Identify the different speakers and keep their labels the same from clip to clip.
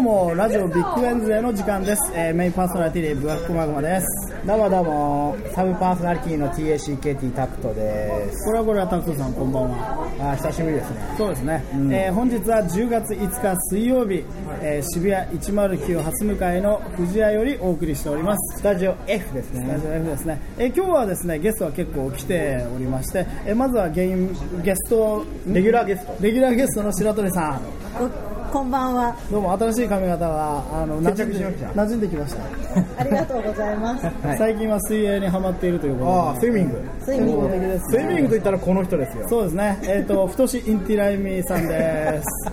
Speaker 1: のラジオビッグウェンズデーの時間です、えーメインパーソナリティでブラックマグマです
Speaker 2: どうもどうもサブパーソナリティの TACKT タクトです
Speaker 1: これはこれはタクトさんこんばんは
Speaker 2: あ久しぶりですね
Speaker 1: そうですね、えー本日は10月5日水曜日、えー渋谷109初向かいの藤屋よりお送りしております
Speaker 2: スタジオ F です
Speaker 1: ラ
Speaker 2: ね
Speaker 1: ジオ F ですね、えー今日はですねゲストは結構来ておりまして、えーまずはゲインゲスト
Speaker 2: レギュラーゲスト
Speaker 1: レギュラーゲストの白鳥さん
Speaker 3: おこんばんは。
Speaker 1: どうも新しい髪型があの馴染ん
Speaker 2: 定着し
Speaker 1: で
Speaker 2: ました
Speaker 1: 馴染んできました
Speaker 3: ありがとうござい ます。
Speaker 2: はい
Speaker 1: 最近は水泳にハマっているということで
Speaker 2: ああスイミング
Speaker 3: スイミング
Speaker 1: で
Speaker 3: ですす。
Speaker 2: スイミングといったらこの人ですよ
Speaker 1: そうですね。えっ、と、太しインティライミさん です。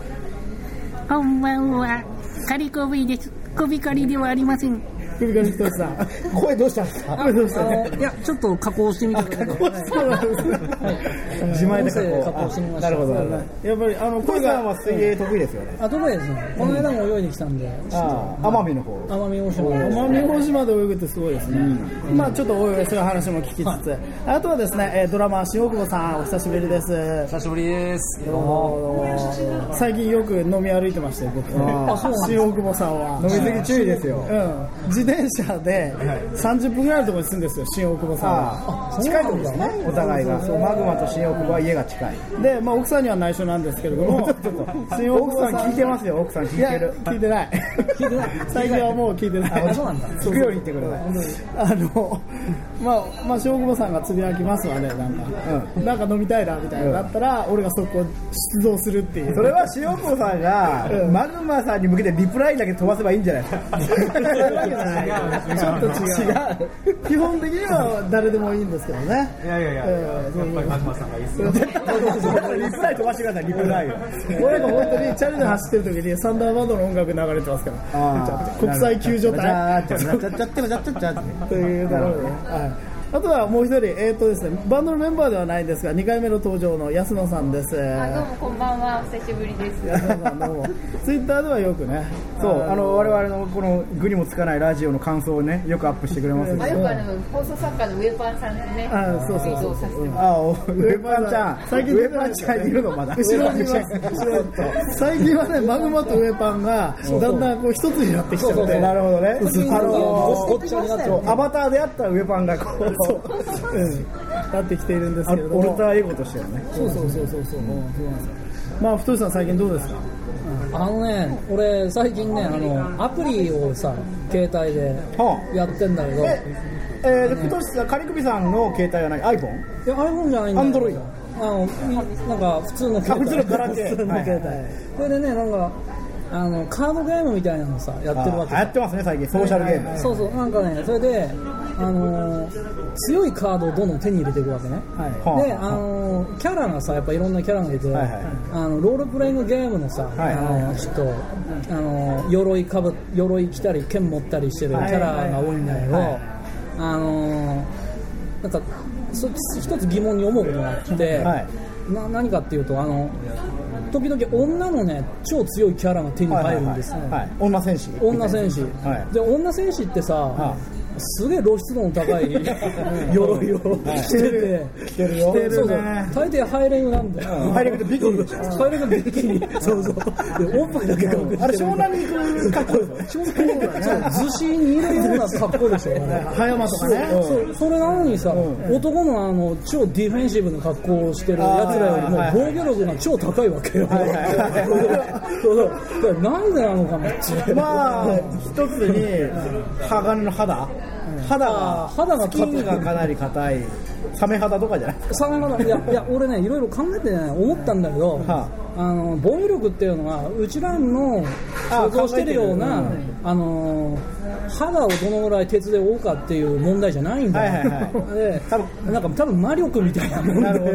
Speaker 4: こんばんは。カリコビです。コビカリではありません。
Speaker 1: 首から太さん。
Speaker 2: 声どうしたんですか
Speaker 1: これどうしたね。
Speaker 4: いや、ちょっと加工してみたけど。
Speaker 1: そうなんですね。
Speaker 2: 自前で加工
Speaker 5: 加工してみました
Speaker 2: あなるほどなるほ
Speaker 1: やっぱり、あの、
Speaker 2: ど
Speaker 1: 声
Speaker 2: 声さん
Speaker 1: が、
Speaker 2: は水泳得意ですよね
Speaker 5: あ、得意ですね。この間も泳いできたんで、
Speaker 2: ああ奄美の方
Speaker 5: 奄美大島で。
Speaker 1: 奄美大島で泳ぐってすごいですね。まあちょっとおいおいする話も聞きつつ、あとはですね、えードラマー新大久保さん、お久しぶりです。
Speaker 6: 久しぶりです。
Speaker 1: どうもどうも最近よく飲み歩いてましたよ、僕。
Speaker 2: あ
Speaker 1: 新大久保さん
Speaker 2: 飲み
Speaker 1: は。
Speaker 2: すぎ注意ですよ
Speaker 1: うん、自転車で30分ぐらいのところに住んでるんですよ、新大久保さんは。
Speaker 2: ああ近いとこですねお互いがそうマグマと新大久保は家が近い
Speaker 1: で、まあ、奥さんには内緒なんですけれども、新大久
Speaker 2: 奥
Speaker 1: 保
Speaker 2: さん聞いてますよ奥さん聞
Speaker 1: いや
Speaker 2: いてる
Speaker 1: 聞いてない
Speaker 5: 聞いてない
Speaker 1: 最近はもう聞いてない
Speaker 5: あそうなんだ
Speaker 2: 聞くように言ってください
Speaker 1: あのまあまあ小久保さんがつぶやきますわねなんか、なんか飲みたいなみたいな、
Speaker 2: うん
Speaker 1: だったら俺がそこ出動するっていう
Speaker 2: それは塩子さんが、マグマさんに向けてリプライだけ飛ばせばいいんじゃないですか
Speaker 1: ちょっと違う基本的には誰でもいいんですけどね
Speaker 6: いやいやいや、やっぱりマグマさんがいいですよ。
Speaker 2: だからリプライ飛ばしてくださいリプライを
Speaker 1: 俺が本当にチャリで走ってる時にサンダーバードの音楽流れてますから国際救助隊
Speaker 2: じゃあじゃあじゃあじゃあじゃあじゃあじゃあじゃあ
Speaker 1: というところで、はい、あとはもう一人、えーとですね、バンドのメンバーではないんですが2回目の登場の安野さんです
Speaker 7: あどうもこんばんは、お久しぶりです。
Speaker 1: 安野さんどうもツイッターではよくね
Speaker 2: そうあの我々のこの具にもつかないラジオの感想をねよくアップしてくれますよ
Speaker 7: あよくあの放送作家のウェーパーさんのね、
Speaker 1: あそうそうそう
Speaker 7: ツイートをさせてもら
Speaker 2: あおウェパンちゃん
Speaker 1: 最近
Speaker 2: ウェパンちゃんいるのまだ
Speaker 1: 後 ろにいます後ろに最近はねマグマとウエパンがだんだんこう一つになってきちゃって
Speaker 2: なるほどねあ
Speaker 5: ご
Speaker 2: の
Speaker 5: っちゃになって
Speaker 2: そうアバターであったウェパンがこう
Speaker 1: うんなってきているんです
Speaker 2: あ
Speaker 1: けれど
Speaker 2: オル
Speaker 1: も
Speaker 2: ターエゴとしてはね
Speaker 1: そうそうそうそうそう,、そうなんですよまあ太さん最近どうですか
Speaker 5: あのね、俺、最近ね、あの、アプリをさ、携帯で
Speaker 2: は
Speaker 5: やってんだけど、い
Speaker 2: ええー、で今年さカリクビさんの携帯は何 iPhone?
Speaker 5: や、iPhone じゃないんだよ。
Speaker 2: Android
Speaker 5: あの、みなんか、普通の
Speaker 2: あ
Speaker 5: 携
Speaker 2: 普
Speaker 5: 帯。
Speaker 2: 通のガラケー
Speaker 5: 普通の携帯。
Speaker 2: はい
Speaker 5: それでね、なんか、あの、カードゲームみたいなのさ、やってるわけ
Speaker 2: あやってますね最近ソーシャルゲーム、
Speaker 5: そうそう、なんかね、それで、あのー強いカードをどんどん手に入れていくわけね。
Speaker 2: はあ
Speaker 5: で、あのーキャラがさ、やっぱいろんなキャラがいて、
Speaker 2: はいはい
Speaker 5: あのロールプレイングゲームのさ、
Speaker 2: はい
Speaker 5: あのーちょっと、あのー鎧かぶ、鎧着たり、剣持ったりしてるキャラが多いんだけど、あのーなんか、そ一つ疑問に思うことがあって、
Speaker 2: はい
Speaker 5: な何かっていうと、あの、時々女のね、超強いキャラが手に入るんですよ。
Speaker 2: はいはいはいはい女戦士
Speaker 5: 女戦士、
Speaker 2: はい
Speaker 5: で女戦士ってさ、
Speaker 2: あ
Speaker 5: すげえ露出度の 高い鎧を着てて、
Speaker 2: 着てるよ
Speaker 5: でそうそう
Speaker 2: ね
Speaker 5: 大抵ハイレグなんだよ、
Speaker 2: ハイレグとビキニ
Speaker 5: ハイレグビキニ そうそうでおっぱいだけ隠してる
Speaker 2: あれ湘南に行く格好ですよね
Speaker 5: そうずしにいるような格好でしょ
Speaker 1: 葉山とかね
Speaker 5: そうそれなのにさ、男のあの超ディフェンシブな格好をしてるやつらよりも
Speaker 2: はいはい
Speaker 5: 防御力が超高いわけよ、
Speaker 2: いは い
Speaker 5: そうそうだからなんでなのかなって
Speaker 2: まあ一つに鋼の肌肌が
Speaker 5: あー肌が
Speaker 2: スキンがかなり硬いサメ肌とかじゃない
Speaker 5: さんまだいやいや俺ねいろいろ考えてね思ったんだけど、
Speaker 2: は
Speaker 5: あの防御力っていうのはうちらの想
Speaker 2: あ
Speaker 5: 像してるようなあ、
Speaker 2: 考えてる
Speaker 5: の肌をどのぐらい鉄で覆うかっていう問題じゃないんだよ、
Speaker 2: はいはいは
Speaker 5: で
Speaker 2: 多
Speaker 5: なんか多分魔力みたいなもんで
Speaker 2: なるほど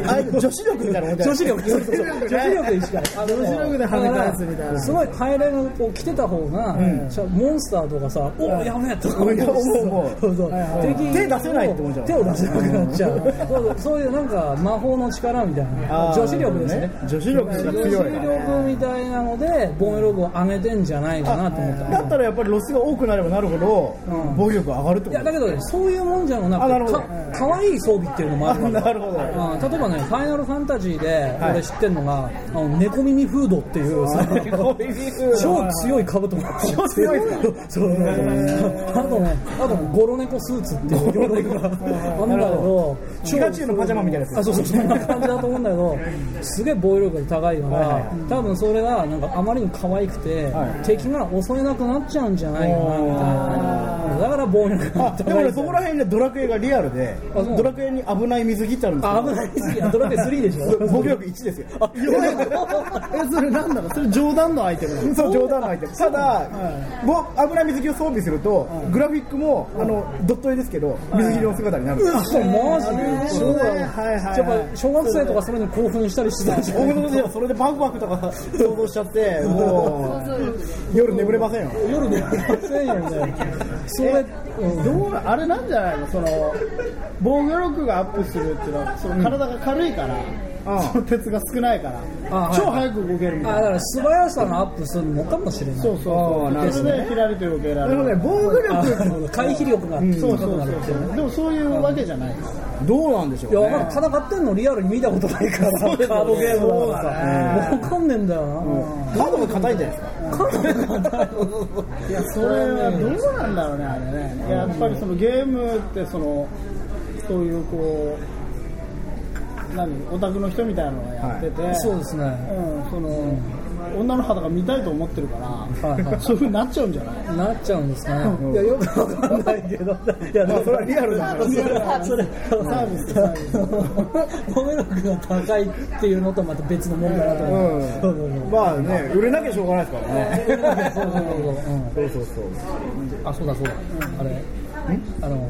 Speaker 2: あれ女子力みたいなもんじゃ
Speaker 5: 女
Speaker 2: ない
Speaker 5: 子力そうそうそう女子力でしか女
Speaker 1: 子力で跳ね返すみたいな
Speaker 5: すごいハイレグを着てた方が、じゃあモンスターとかさおおやべえとか思う
Speaker 2: いや思う思う
Speaker 5: そうそう敵
Speaker 2: 手出せないって思っちゃう
Speaker 5: 手を出せなくなっちゃうそうそうそういうなんか魔法の力みたいな
Speaker 2: あー
Speaker 5: 女子力ですね
Speaker 2: 女子力が
Speaker 5: 女子
Speaker 2: 強い
Speaker 5: 力みたいなので防御力を上げてんじゃないかなと思った
Speaker 2: だった
Speaker 1: らやっぱりロスが多くなればなるほど、
Speaker 5: うん
Speaker 1: 防御力上がるって
Speaker 5: い
Speaker 1: こ
Speaker 5: や
Speaker 1: と
Speaker 5: だけどね、そういうもんじゃな
Speaker 1: あなる
Speaker 5: く
Speaker 1: ほ
Speaker 5: て
Speaker 1: ど
Speaker 5: か、かわいい装備っていうのもあるわけ
Speaker 1: あなるほど
Speaker 5: あー例えばね、ファイナルファンタジーで
Speaker 1: い
Speaker 5: 俺知ってるのが、あの猫耳フードっていうさ、超強いカブトムシ。超強いそうあとね、あとねゴロ猫スーツっていう鎧があるんだけど、
Speaker 1: ピカチュウのパジャマみたいなやつ
Speaker 5: あそうそうそんな感じだと思うんだけどすげえ防御力が高いから、多分それがなんかあまりに可愛くて、敵が襲えなくなっちゃうんじゃないかなみたいなだから防御力が
Speaker 1: あ
Speaker 5: 高い
Speaker 1: でもねそこら辺でドラクエがリアルで
Speaker 5: そう
Speaker 1: ドラクエに危ない水着ってあるんです
Speaker 5: あ危ないですよドラクエ3でし
Speaker 1: よ
Speaker 5: ょ
Speaker 1: 防御力1ですよえそれなんだろうそれ冗談のアイテムなの
Speaker 2: そう冗談の相手ただ、もう油水着を装備すると、グラフィックもあのドット絵ですけど水着の姿になる、
Speaker 5: マジでそうだよ
Speaker 1: はいはいはい
Speaker 5: やっぱ小学生とかそれに興奮したりしてたじゃん
Speaker 1: 僕の時はそれでバクバクとか想像しちゃってもう夜眠れませんよ
Speaker 5: 夜寝てませんよねそれ、うん
Speaker 1: どうなあれなんじゃないのその防御力がアップするっていうのはその体が軽いから、その鉄が少ないから、
Speaker 5: あはい
Speaker 1: 超早く動けるみ
Speaker 5: あ
Speaker 1: た
Speaker 5: だ
Speaker 1: いな、
Speaker 5: から素早さのアップするのかもしれない
Speaker 1: そうそうそうそれでピラリと避けられる
Speaker 2: 防御力
Speaker 5: あなるほど回避力が
Speaker 1: そ
Speaker 5: 高
Speaker 1: うそ
Speaker 5: く
Speaker 1: う
Speaker 5: なるって
Speaker 1: そ
Speaker 5: いうね
Speaker 1: うでもそういうわけじゃないです
Speaker 2: どうなんでしょ
Speaker 5: いや、わかんない戦ってんのリアルに見たことないから、カードゲームだからさ。わかんねえんだよな。
Speaker 1: カードが硬いんじゃないですか
Speaker 5: カードがない
Speaker 1: いやそれはどうなんだろうねあれねやっぱりそのゲームってそのそういうこう何オタクの人みたいなのがやってて、
Speaker 5: そうですね。
Speaker 1: うん、その、女の肌が見たいと思ってるから、
Speaker 5: いはい
Speaker 1: そういうふうになっちゃうんじゃない
Speaker 5: なっちゃうんですかね。いや、よくわかんないけど。いや、でもそれはリアルだから。それは、それ
Speaker 1: サービスサービス
Speaker 5: 褒め力が高いっていうのとまた別の問題だと思う。そうそうそう
Speaker 2: まあね売れなきゃしょうがないですからね
Speaker 5: そうそうそうそう。あ、そうだそうだ。あれ、あの、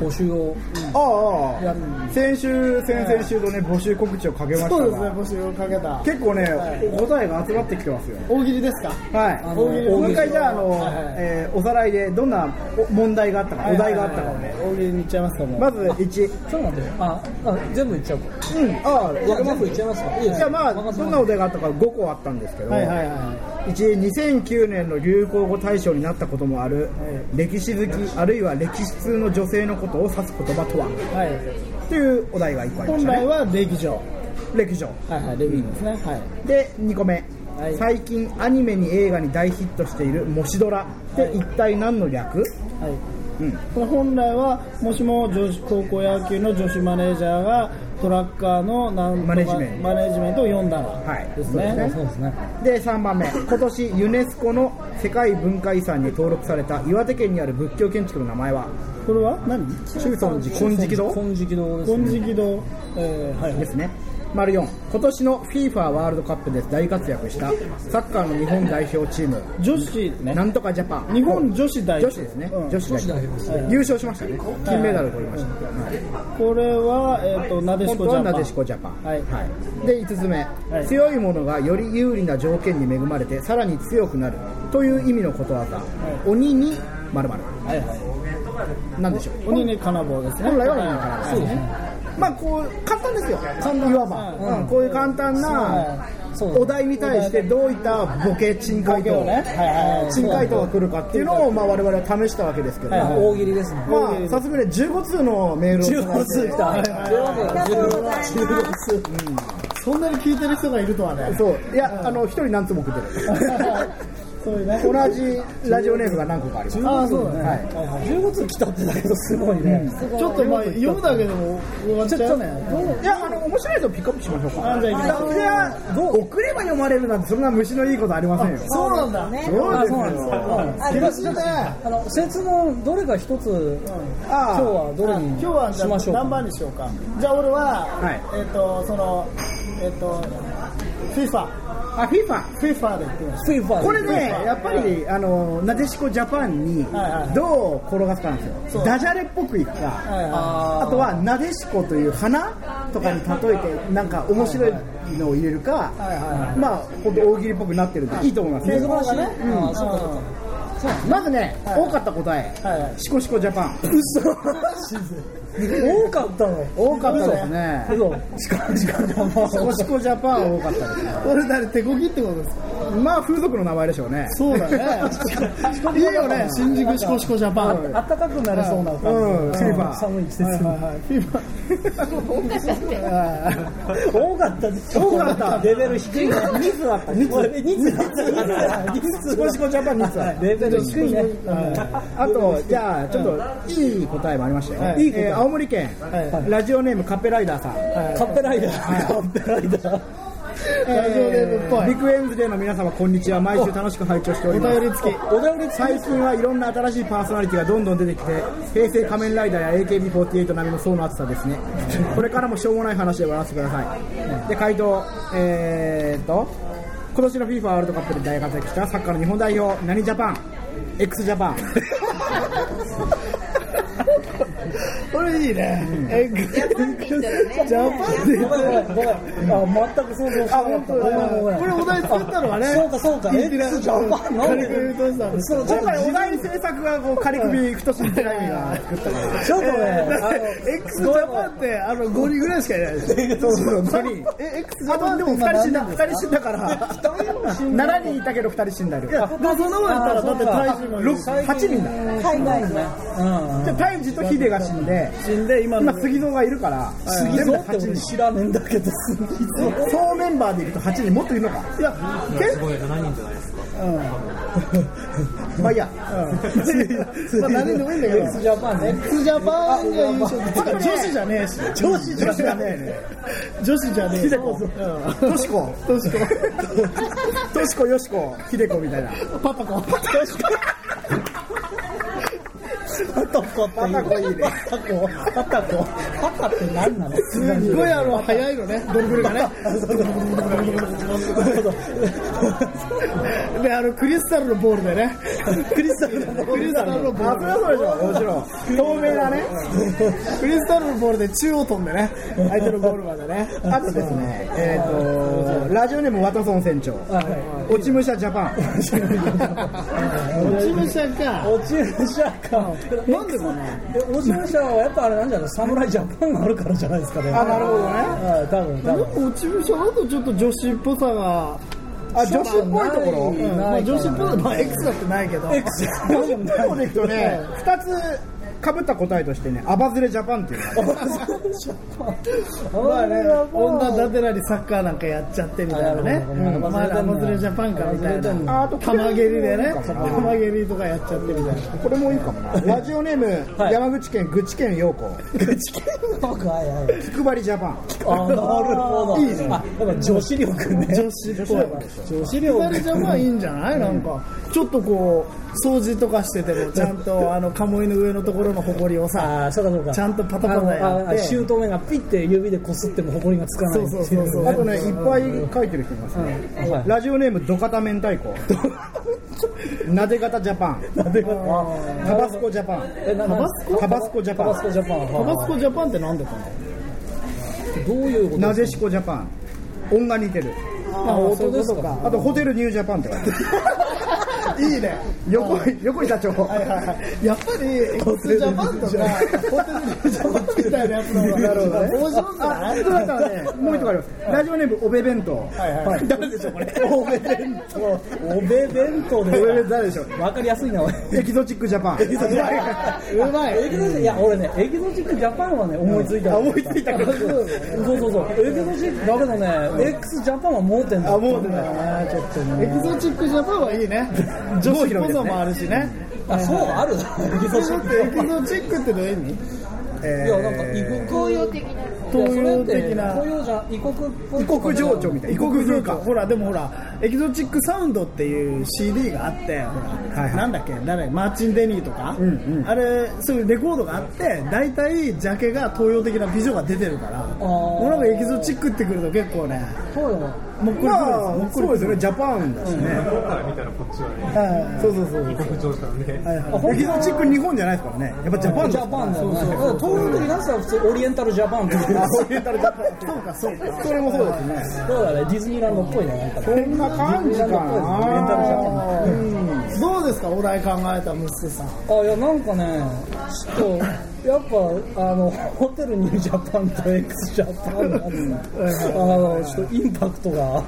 Speaker 5: 募集を
Speaker 2: あああ
Speaker 5: やるんで
Speaker 2: あ先週先々週とね募集告知をかけました
Speaker 1: そうですね
Speaker 2: が、
Speaker 1: 募集をかけた。
Speaker 2: 結構ねお答えが集まってきてますよ
Speaker 1: 大喜利ですか
Speaker 2: はい
Speaker 5: あの
Speaker 2: 大喜利もう一回じゃああの、
Speaker 1: はいはい
Speaker 2: えーおさらいでどんなお問題があったかお題があったかをね
Speaker 1: 大喜利に行っちゃいますか、もう。
Speaker 2: まず1
Speaker 5: ちょっと待って。あ、あ全部いっちゃおうか。
Speaker 2: うんああ
Speaker 5: いや
Speaker 2: 分け
Speaker 5: 全
Speaker 2: ます
Speaker 5: 部いっちゃいますか。いいです
Speaker 2: じゃあまあどんなお題があったか5個あったんですけど、
Speaker 1: はいはいは。
Speaker 2: 1 2009年の流行語大賞になったこともある、歴史好きあるいは歴史通の女性のことを指す言葉とはい
Speaker 1: はい。
Speaker 2: というお題が1個ありま
Speaker 1: 本
Speaker 2: した
Speaker 1: 来
Speaker 2: ね
Speaker 1: は礼儀上。
Speaker 2: 歴史上
Speaker 1: はいはい、レビューですね。はい。
Speaker 2: で2個目、
Speaker 1: はい
Speaker 2: 最近アニメに映画に大ヒットしている「もしドラ」って一体何の略、
Speaker 1: はい。
Speaker 2: うん
Speaker 1: これ本来は、もしも女子高校野球の女子マネージャーが、トラッカーのなんとか
Speaker 2: マネジメント
Speaker 1: マネジメントを読んだら、
Speaker 2: はい
Speaker 1: ですね。
Speaker 5: そうですね。
Speaker 2: で3番目今年ユネスコの世界文化遺産に登録された岩手県にある仏教建築の名前は
Speaker 1: これは何
Speaker 2: 中尊寺金色堂
Speaker 5: 金色堂です、
Speaker 1: 金
Speaker 5: ね。
Speaker 1: 色堂、えー、はいはい
Speaker 2: で。すね丸4今年の FIFA ワールドカップで大活躍したサッカーの日本代表チーム
Speaker 1: 女子ね
Speaker 2: な。んとかジャパン
Speaker 1: 日本女子代表
Speaker 2: 女子ですね、
Speaker 1: うん
Speaker 2: 女子
Speaker 5: 女子代
Speaker 2: 代
Speaker 5: 表です
Speaker 2: 表優勝しましたね金メダルを取りました、はい
Speaker 1: これは、えっ、と、なでし
Speaker 2: 本
Speaker 1: こ
Speaker 2: 当
Speaker 1: ジャパ
Speaker 2: は
Speaker 1: ン。
Speaker 2: なでしこジャパン、
Speaker 1: はい
Speaker 2: で5つ目、
Speaker 1: い
Speaker 2: 強い者がより有利な条件に恵まれてさらに強くなるという意味のことわざ、鬼に〇
Speaker 1: は
Speaker 2: 〇
Speaker 1: いは
Speaker 2: なんでしょ
Speaker 1: い。
Speaker 2: う
Speaker 1: 鬼に金棒ですね。
Speaker 2: 本来は鬼にから
Speaker 5: そうですね。
Speaker 2: まあこう簡単ですよいわば、
Speaker 1: う
Speaker 2: うんこういう簡単な
Speaker 5: そう
Speaker 2: お題に対してどういったボケ珍回答
Speaker 1: ボケをねはいはいはい
Speaker 2: 珍回答が来るかっていうのをまあ我々は試したわけですけど、
Speaker 1: はいはい
Speaker 5: 大喜利ですね。
Speaker 2: まあ早速ね15通のメールを
Speaker 5: 15通来た。
Speaker 3: ありがとうございます。
Speaker 1: そんなに聞いてる人がいるとはね。
Speaker 2: そういやあの一人何通も来てる
Speaker 1: そういうね。
Speaker 2: 同じラジオネームが何個かあります
Speaker 1: ああ、そうだね。
Speaker 2: はい
Speaker 5: 15通来たってだけどすごいね。
Speaker 1: ちょっとまあ、読むだけでも終わっちゃうね。
Speaker 2: いやあの面白いとピックアップしましょうか
Speaker 1: あじゃあ行きましょう
Speaker 2: いやどう送れば読まれるなんてそんな虫のいいことありませんよ
Speaker 1: そうなんだ。
Speaker 3: ね
Speaker 2: そうです
Speaker 5: そうなんです
Speaker 2: よ
Speaker 3: あ嬉しいな。
Speaker 5: あの、説問、どれか一つ、今
Speaker 2: あ
Speaker 5: 日
Speaker 2: あ
Speaker 5: はどれに
Speaker 1: 今日はじ
Speaker 5: し
Speaker 1: ゃ
Speaker 5: ましょ
Speaker 1: あ
Speaker 5: うか。
Speaker 1: 何番にしようか。じゃあ俺は、
Speaker 2: はい
Speaker 1: えっ、と、その、えっ、と、FIFA。
Speaker 2: あ FIFA
Speaker 1: FIFA で行ってみまし
Speaker 5: フィーファー
Speaker 2: これねやっぱりあのなでしこジャパンに
Speaker 1: はいはい
Speaker 2: どう転がすかなんです
Speaker 1: そ
Speaker 2: よ
Speaker 1: う
Speaker 2: ダジャレっぽくいく
Speaker 1: た。は
Speaker 2: か
Speaker 1: いは
Speaker 5: あ
Speaker 2: あとはなでしこという花とかに例えてなんか面白いのを入れるか
Speaker 1: いはいは
Speaker 2: まあほんと大喜利っぽくなってるんでいいと思います
Speaker 5: ー
Speaker 2: ね
Speaker 5: 珍しい。あーそうかそうか
Speaker 2: まずね、多かった答え、
Speaker 1: はいはい
Speaker 2: シコシコジ ャパン。
Speaker 5: 多かったの
Speaker 2: 多かったですね。
Speaker 5: 嘘しかもしかも
Speaker 2: シコシコジャパン多かったですね。
Speaker 1: これ誰手こぎってことですか
Speaker 2: まあ風俗の名前でしょうね。
Speaker 1: そうだねいいよね新宿シコシコジャパン
Speaker 5: あったかくなれそうな感じ、
Speaker 2: うんフィーバー
Speaker 5: 寒い季節に、多かったです
Speaker 2: 多かった
Speaker 5: レベル低いな2つあった2つ2つ
Speaker 2: シコシコジャパンつ
Speaker 5: レベル低いね
Speaker 2: あと、じゃあ、ちょっといい答えもありましたよ、
Speaker 1: はい
Speaker 2: いい答ええー青森県、
Speaker 1: はい
Speaker 2: ラジオネームカペライダーさん、
Speaker 5: カッペライダーカッペライダー
Speaker 1: ラジオネームっぽい
Speaker 2: ビッグエンズデーの皆様、こんにちは、毎週楽しく拝聴しております。
Speaker 1: お便り付き
Speaker 2: お便り最近はいろんな新しいパーソナリティがどんどん出てきて、平成仮面ライダーや AKB48 並みの層の厚さですね、これからもしょうもない話で笑わせてください。で、回答、えーっと、今年の FIFA ワールドカップで大活躍したサッカーの日本代表、何ジャパン、X ジャパン。
Speaker 1: これいいねえグジャパンって言ったらね
Speaker 5: ごめんあ全く想像してなかったごめんごめん
Speaker 1: これお題作ったのはね
Speaker 5: そうかそうか X ジャパンなん
Speaker 1: 軽
Speaker 5: で
Speaker 1: く言うとしたんです
Speaker 5: そうちょっ
Speaker 2: 今
Speaker 5: と
Speaker 2: 回お題制作がこう仮首太しにてないみが作ったから
Speaker 5: ちょっとねあの
Speaker 1: X ジャパンってあの5人ぐらいしかいないです
Speaker 2: そうそう5人
Speaker 1: え X ジ
Speaker 2: あ
Speaker 1: ャパ
Speaker 2: と
Speaker 1: ン
Speaker 2: でも2人死んだ2人死んだから7人いたけど2人死んだよ
Speaker 1: まあその前からだって体重もいるし
Speaker 2: 8人だ
Speaker 5: 海外のねうん
Speaker 2: じゃあタイジとヒデが死んで
Speaker 1: 死んで今の
Speaker 2: 今杉蔵がいるから
Speaker 5: 杉
Speaker 2: 全部
Speaker 5: 蔵
Speaker 2: で
Speaker 5: って
Speaker 2: 8
Speaker 5: 俺
Speaker 2: 人
Speaker 5: 知らねえんだけど 杉蔵
Speaker 2: 総メンバーでいると8人もっといるのか
Speaker 1: いや結
Speaker 6: すごい7人じゃないですか
Speaker 2: まあいいや
Speaker 1: 構まあ何でもいいんだけど
Speaker 5: X ジャパンね
Speaker 1: X ジャパンが優勝てか女子じゃねえし
Speaker 2: 女子女子がね
Speaker 1: 女子じゃねえ
Speaker 2: ヒデコトシコ
Speaker 1: どうしよ
Speaker 2: トシコヨシコヒデコみたいな
Speaker 1: うパパコ
Speaker 5: パタコっていう
Speaker 2: パタコいいね
Speaker 5: パタコパタコパタって何なの
Speaker 1: すっごいあの速いのねドリブルがねであのクリスタルのボールでねクリスタルのボールクリスタルのボー
Speaker 2: あそれはそうでしょもちろん透明だね
Speaker 1: ルクリスタルのボールで中央飛んでね相手のゴールまでね
Speaker 2: あとですね、えー、とラジオネームワトソン船長、落ち武者ジャパン、
Speaker 1: 落ち武者か
Speaker 5: 落ち武者か
Speaker 1: なんでもね
Speaker 5: 落ち武者はやっぱあれなんじゃない侍ジャパンがあるからじゃないですかね
Speaker 2: あなるほどね
Speaker 5: はい多分多分
Speaker 1: 落ち武者だとちょっと女子っぽさが
Speaker 2: あ女子っぽいところ、
Speaker 1: うんまあ女子っぽいのはまあ X だってないけど
Speaker 5: X
Speaker 2: 女子っぽいところでいくとね、2つかぶった答えとしてね、アバズレジャパンっていうのが
Speaker 1: まあね、女だてらにサッカーなんかやっちゃってみたいなね、うんお前ら、モズレジャパンかみたいな、
Speaker 2: あと
Speaker 1: 玉蹴りでね、
Speaker 2: そう
Speaker 1: 玉蹴りとかやっちゃってみたいな、
Speaker 2: これもいいかもな、ラジオネーム、
Speaker 5: はい
Speaker 2: 山口県、愚痴県陽子、
Speaker 5: 僕 はいはい
Speaker 2: 気配りジャパン、
Speaker 5: あなるほどいいねあやっぱ女子力ね
Speaker 1: 女子っぽい、モ
Speaker 5: 女子
Speaker 1: ズレジャパンいいんじゃない、なんか、ちょっとこう、掃除とかしてても、ちゃんとあの鴨居の上のところのほこりをさ、
Speaker 5: ああそうかそうか
Speaker 1: ちゃんとパタパタやって
Speaker 5: あのあシュート目がピッて指でこすっても埃がつかないってい
Speaker 1: そうそうそうそう
Speaker 2: あとね、いっぱい書いてる人いますね、
Speaker 5: はい
Speaker 2: ラジオネーム、ドカタ明太子、なで方ジャパン、タバスコジャパン、
Speaker 5: えなんか
Speaker 1: タバス
Speaker 2: タバスコジャ
Speaker 5: タ
Speaker 2: パ
Speaker 5: バ
Speaker 2: ン
Speaker 5: ス。コジャパン
Speaker 1: タ
Speaker 5: は
Speaker 1: バスコジャパンってなんでかな、
Speaker 5: どういうこと
Speaker 2: なぜしこジャパン音が似てる
Speaker 5: あ音ですか
Speaker 2: あとホテルニュージャパン って書いてあるいいね横井横井社長
Speaker 1: やっぱり X ジャパンとか、ホテルモズレジャパンみたいなやつの方が、なるほどね、面白く
Speaker 2: あ
Speaker 1: ない
Speaker 2: そうだったらねもう一個ありますラジオネームおべ弁当はい 誰でしょうこれおべ弁
Speaker 5: おべ弁当で
Speaker 2: 当おべ弁当誰でしょう
Speaker 5: 当わかりやすいな俺
Speaker 2: エキゾチックジャパン
Speaker 5: うまいエキゾチックいや俺ねエキゾチックジャパンはね思いついたの、思いついたそうそうそうエキゾチックだけどね X ジャパンは盲点だあ
Speaker 2: 盲点だ
Speaker 5: ねちょっと
Speaker 1: エ
Speaker 5: ね
Speaker 1: キゾチックジャパンはいいね、女子っぽさもあるしね。
Speaker 5: あそうあるエキゾチック
Speaker 1: エキゾチックってどういう意味
Speaker 5: いやなんか異国
Speaker 7: 東洋的な
Speaker 1: 東洋的な
Speaker 5: 東洋じゃん異国っぽい
Speaker 2: 異国情緒みたいな異国風か
Speaker 1: ほらでもほらエキゾチックサウンドっていう CD があってほら、
Speaker 2: はい
Speaker 1: なんだっけ誰マーチン・デニーとか、
Speaker 2: んうん
Speaker 1: あれそういうレコードがあって大体ジャケが東洋的な美女が出てるから
Speaker 5: あ
Speaker 1: なんかエキゾチックってくると結構ね
Speaker 5: あそうだな
Speaker 1: もっこりくるんですも
Speaker 2: まあ
Speaker 1: っこり
Speaker 2: そうですよねジャパンだしね、
Speaker 6: 向こうから見たらこっちは
Speaker 1: は
Speaker 6: ね、
Speaker 1: い
Speaker 2: そうそうそう
Speaker 6: 国情したんで、
Speaker 1: はいはい
Speaker 2: エキゾチック日本じゃないですからねやっぱジャパン
Speaker 5: ジ
Speaker 2: で
Speaker 5: ャ
Speaker 2: す
Speaker 5: パンだよねだから東京に出したら普通オリエンタルジャパンって言う
Speaker 2: あオリエンタルジャパンそうかそうかそれもそうですね
Speaker 5: そうだねディズニーランドっぽいねなんか
Speaker 2: こんな感じか
Speaker 5: レ
Speaker 2: な
Speaker 5: ンタルジャパ
Speaker 1: う
Speaker 5: ン
Speaker 1: んどうですかお題考えたムッスーさん
Speaker 5: あいやなんかねちょっとやっぱあのホテルニュージャパンと X ジャパンがあのちょっとインパクトが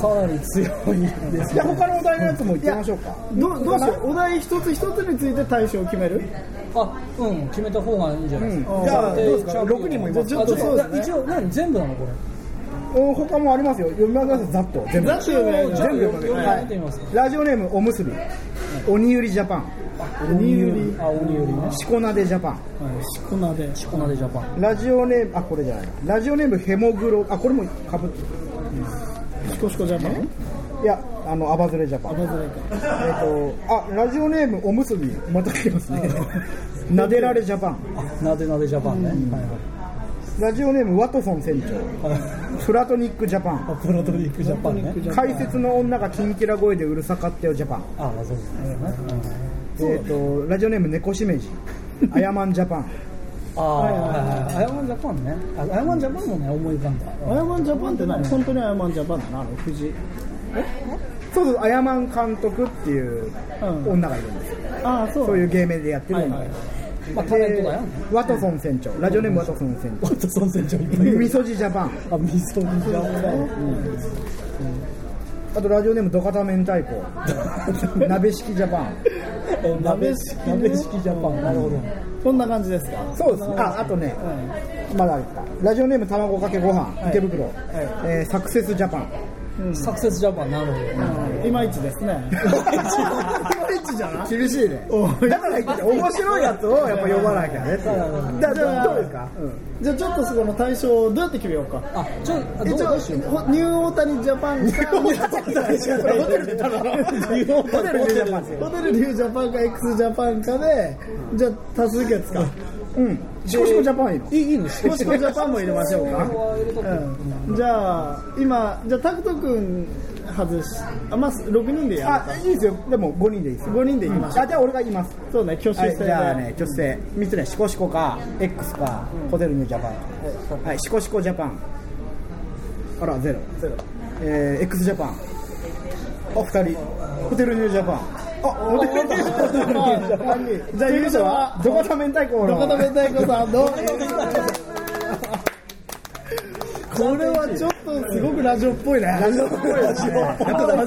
Speaker 5: かなり強いです
Speaker 2: じゃあ他のお題のやつもいってみましょうか
Speaker 1: どうどうしようお題一つ一つについて対象を決める
Speaker 5: あうん決めた方がいいんじゃないですか、
Speaker 2: じゃあどうですか
Speaker 5: で
Speaker 2: 6人もいます
Speaker 5: あ
Speaker 2: ちょっとそうで
Speaker 5: ちょ
Speaker 2: す
Speaker 5: っと一
Speaker 2: ね
Speaker 5: 応何全部なのこれ
Speaker 2: お他もありますよ読み上げますざっと全部
Speaker 1: ざっと読み上げます
Speaker 2: 全部読み上げます
Speaker 5: 読み上げてみますか
Speaker 2: ラジオネームおむすび鬼ゆりジャパン
Speaker 1: 鬼ゆり
Speaker 5: あ鬼よりね
Speaker 2: しこなでジャパン
Speaker 1: しこなで
Speaker 5: チコナでジャパン
Speaker 2: ラジオネームあこれじゃないなラジオネームヘモグロあこれもかぶってる
Speaker 1: しこしこジャパン
Speaker 2: いやあのアバズレジャパン
Speaker 1: あまずないか
Speaker 2: えっ、と、あ、ラジオネームおむすび、また来てますね。なでられジャパン、
Speaker 5: あなでなでジャパンね、はいはい
Speaker 2: ラジオネームワトソン船長、プラトニックジャパ
Speaker 5: あ
Speaker 2: ン、
Speaker 5: プロトリックジャパンね
Speaker 2: 解説の女がキンキラ声でうるさかったよジャパン、
Speaker 5: あそうですね、
Speaker 2: えっ、と、ラジオネーム猫しめじ、あやまんジャパン、
Speaker 5: ああはいはいはいアヤマンジャパンねあアヤマンジャパンもね思い浮かんだ
Speaker 1: アヤマンジャパンって何本当にアヤマンジャパンだなあの藤井
Speaker 2: そうそう、あやまん監督っていう
Speaker 1: うん
Speaker 2: 女がいるんですよ、
Speaker 1: ああそう
Speaker 2: そういう芸名でやってる
Speaker 1: はい
Speaker 2: 女
Speaker 1: は
Speaker 2: が
Speaker 1: い
Speaker 2: いる。
Speaker 5: まあタレントだよ
Speaker 2: でワトソン船長、ラジオネームワトソン船長、
Speaker 5: ホットソン船長いっぱいいる
Speaker 2: みそじジャパン、
Speaker 5: あ味噌煮ジャ
Speaker 2: あとラジオネームドカタ明太子、鍋式ジャパン。
Speaker 5: パン鍋式鍋式ジャパンなるほど
Speaker 1: こんな感じですか
Speaker 2: そうですね。あ、あとね、まだあった。ラジオネーム卵かけご飯、池袋、えーサクセスジャパン。
Speaker 5: サクセスジャパンなるほ
Speaker 1: いまいちですね
Speaker 2: 厳しいね。だから言って面白いやつをやっぱ呼ばなきゃねっていう。だじゃあどうですか？
Speaker 1: じゃあちょっとそこの対象をどうやって決めようか
Speaker 5: どあちょあどう
Speaker 1: 一
Speaker 5: ど
Speaker 1: 応
Speaker 5: うしよう
Speaker 1: ニューオータニジャパンか
Speaker 2: ホテルでただホテルでジャパンですよ。
Speaker 1: ホテルニュージャパンか X ジャパンかでじゃあ多数決か
Speaker 2: うん。シコシコジャパンいいの？
Speaker 5: いいいいの
Speaker 1: もしこジャパンも入れましょうかうんじゃあ今じゃあタクト君外しあまあ6人でや
Speaker 2: あ、いいですよ。でも五人でいいです
Speaker 1: る
Speaker 2: よ。
Speaker 1: 5人でいきましょ
Speaker 2: あ、じゃあ俺が言います。
Speaker 1: うそうね挙手
Speaker 2: は
Speaker 1: 制
Speaker 2: い、
Speaker 1: で
Speaker 2: じゃあね、女性、三つね、シコシコか、X か、ホテルニュージャパンか。はい、シコシコジャパン。あら、ゼロ。ゼロ。えー、X ジャパン。あ、二人。ホテルニュージャパン。あ、ホテルニュージャパン。じゃあ優勝は、ドカタ明太子の。
Speaker 1: ドカタ明太子さんのこれはちょっとすごくラジオっぽいね
Speaker 2: ラジオっぽいラジオ。やっぱラジ
Speaker 1: ラ
Speaker 2: オ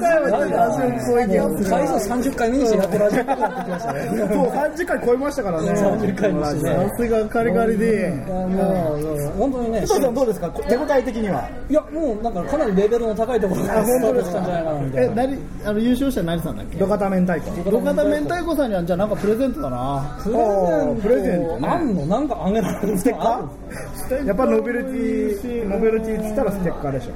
Speaker 1: ジオっぽい気がする
Speaker 5: 回数30回目にしてやっとラジオっぽくなってきましたね
Speaker 2: そう、30回超えましたからね。
Speaker 5: 30回にしてね
Speaker 1: さすがカリカリで
Speaker 5: いやもうもう本当にね
Speaker 2: 佐藤さんどうですか手応え的には。
Speaker 5: いやもうなんかかなりレベルの高いところからスタートしたんじゃないかなみたい
Speaker 1: え
Speaker 5: な
Speaker 1: なりあの優勝者何さんだっけ
Speaker 2: ドカタ明太子。
Speaker 1: 路肩明太子さんにはじゃあなんかプレゼントだな
Speaker 5: プレゼント
Speaker 2: プレゼントね
Speaker 5: あんのなんかあげられるの
Speaker 2: ステッ
Speaker 5: ある
Speaker 2: カーやっぱノベルティノベルティっつったらステッカーでしょ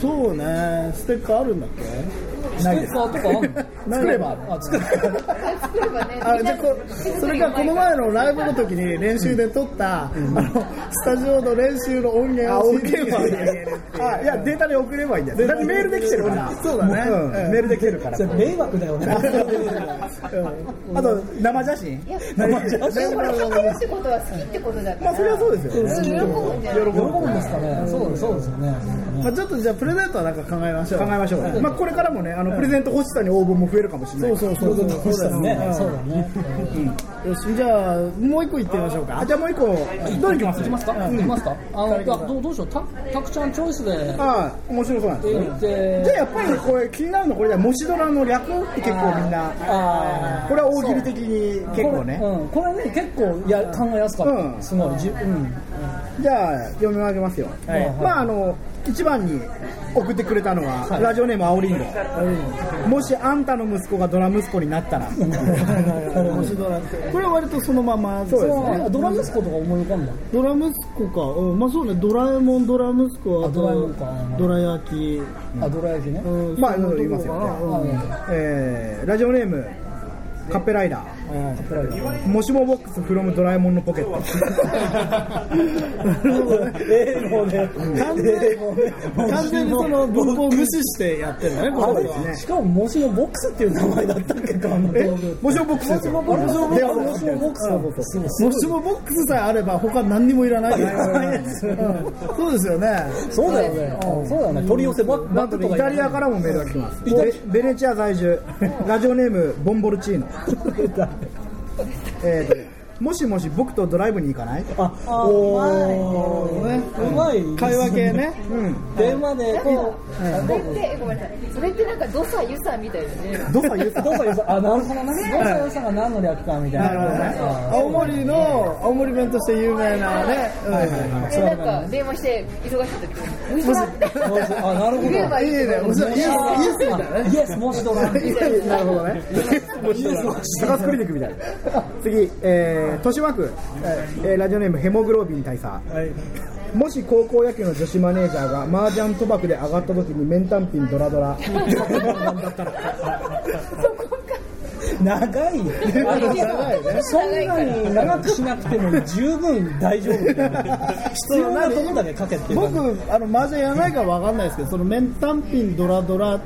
Speaker 1: そうねステッカーあるんだっけ
Speaker 2: ない
Speaker 5: ステッ
Speaker 2: です
Speaker 5: カーとかあんの
Speaker 2: 作れば
Speaker 5: あ作る
Speaker 7: 作ればね
Speaker 1: あじゃあこそれからこの前のライブの時に練習で撮った、あのスタジオの練習の音源を CD に入れる
Speaker 2: あいやデータで送ればいいんだよだってメールできてるからそうだね、ん、メールできてるから
Speaker 5: それ迷惑だよ ね
Speaker 2: あと生写真
Speaker 5: 生写
Speaker 7: でも
Speaker 5: 真
Speaker 7: これ書くってことは好きってことだか
Speaker 2: まあそれは
Speaker 7: ら
Speaker 2: そうですよね
Speaker 7: 喜ぶんじゃな
Speaker 5: 喜
Speaker 7: い
Speaker 5: ぶんですかねそうですそうですよね
Speaker 1: まあちょっとじゃあプレゼントはなんか考えましょう
Speaker 2: 考えましょう、まあ、これからもねあのプレゼント欲しさに応募も増えるかもしれない
Speaker 1: そうそうそうそう
Speaker 5: そしたらねそうだね
Speaker 1: よしじゃあもう一個行ってみましょうか
Speaker 2: あじゃあもう一個どれいきます
Speaker 5: いきますかいきますかあのいやどうどうしようたたくちゃんチョイスで
Speaker 2: ああ面白そうなんですね
Speaker 5: 言っ
Speaker 2: じゃあ
Speaker 5: て
Speaker 2: やっぱりこれ気になるのこれだよもしドラの略って結構みんな
Speaker 5: あー
Speaker 2: これは大喜利的に結構ね
Speaker 5: これうんこれね結構や考えやすかっ
Speaker 2: う
Speaker 5: た
Speaker 2: ん
Speaker 5: すごいじうん
Speaker 2: じゃあ読み上げますよ、
Speaker 5: い
Speaker 2: まああの一番に送ってくれたのは、ラジオネーム青りんごもしあんたの息子がドラ息子になったら
Speaker 1: 星ドラこれは割とそのまま
Speaker 2: そうですね
Speaker 5: あドラ息子とか思い浮かんだ
Speaker 1: ドラ息子か、うん、まあそうねドラえもんドラ息子は
Speaker 5: あドラえもんか
Speaker 1: ドラ焼き、
Speaker 5: あドラ焼きね
Speaker 1: うん
Speaker 2: まあ
Speaker 1: そんなとこ
Speaker 2: いますよね
Speaker 1: かなうん
Speaker 2: えーラジオネームカッペライダー
Speaker 5: カップラーメン
Speaker 2: もしもボックスフロムドラえもんのポケッ
Speaker 5: ええ
Speaker 2: ト
Speaker 5: もうね
Speaker 1: 完全に完全にその文法を無視してやってるのね、こ
Speaker 5: あ
Speaker 1: れ
Speaker 5: れ
Speaker 1: は。
Speaker 5: しかももしもボックスっていう名前だったっけかあの道具
Speaker 2: もしもボックスですよ
Speaker 5: もしもボックスもしもボックスのことそう
Speaker 1: もしもボックスさえあれば他何にもいらないです、うんそうですよね
Speaker 5: そうだよねうんそうだよね取り寄せバッ
Speaker 2: な
Speaker 5: バ
Speaker 2: ん
Speaker 5: ッ
Speaker 2: と
Speaker 5: グ
Speaker 2: ね
Speaker 5: と
Speaker 2: イ
Speaker 5: か
Speaker 2: タリア
Speaker 5: か
Speaker 2: からもメールが来てます
Speaker 5: イタリ
Speaker 2: ベベネチア在住ラジオネームボンボルチーノえーとねもしもし僕とドライブに行かない
Speaker 5: あおーうまい
Speaker 1: 会話系ね
Speaker 2: うん
Speaker 5: 電話でこ
Speaker 7: それって、ごめんなさい。それってなんか、ドサユサみたいだね。
Speaker 2: どこ言う
Speaker 5: うどうかよさあなるほどねどうかよさが何の略かみたいなあ
Speaker 1: 青森の青森弁として有名なね、
Speaker 7: え、なんか、電話して、忙しい時に。ウィザって。
Speaker 5: ーもしあなるほど
Speaker 7: 言えばいい
Speaker 1: いいね、面白いイエスイエスみたいなね
Speaker 5: イエスもしとらん
Speaker 2: なるほどね高須クリニックみたいな次、えー、豊島区、えーラジオネームヘモグロビン大佐、もし高校野球の女子マネージャーが麻雀賭博で上がった時にメンタンピンドラドラ
Speaker 5: 長いよあのそんなに長くしなくても十分大丈夫だよね必要なとこだけかけっていう感じ
Speaker 1: 僕あの麻雀やらないからわかんないですけどそのメンタンピンドラドラ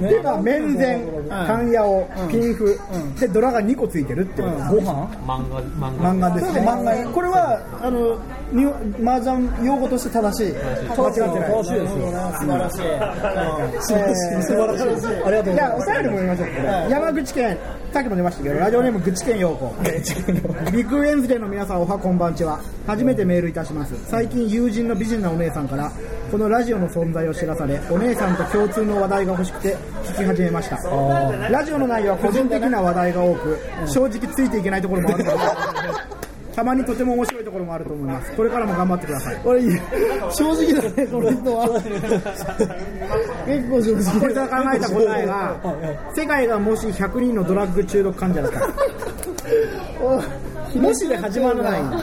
Speaker 2: てか面前勘矢をピンフ、でドラが2個ついてるってことです、
Speaker 5: ご飯
Speaker 6: 漫画、漫画。
Speaker 2: 漫画ですね漫画これは
Speaker 1: あのに麻雀用語として正しい
Speaker 2: 間違ってない
Speaker 5: 楽しいですよ
Speaker 1: 素晴らしい
Speaker 5: 素晴らしいですありがとうござい
Speaker 2: じゃあ
Speaker 5: ま
Speaker 2: お
Speaker 5: す
Speaker 2: 便りも読みましょう、山口県さっきも出ましたけどラジオネームぐちけんようこビッグウェンズデーの皆さんおはこんばんちは初めてメールいたします最近友人の美人なお姉さんからこのラジオの存在を知らされお姉さんと共通の話題が欲しくて聞き始めましたラジオの内容は個人的な話題が多く正直ついていけないところもあると思いますたまにとても面白いところもあると思いますこれからも頑張ってください
Speaker 1: これ正直だねこの人は結構正直
Speaker 2: これから考えた答 えが世界がもし100人のドラッグ中毒患者だっ たらもしで始まらない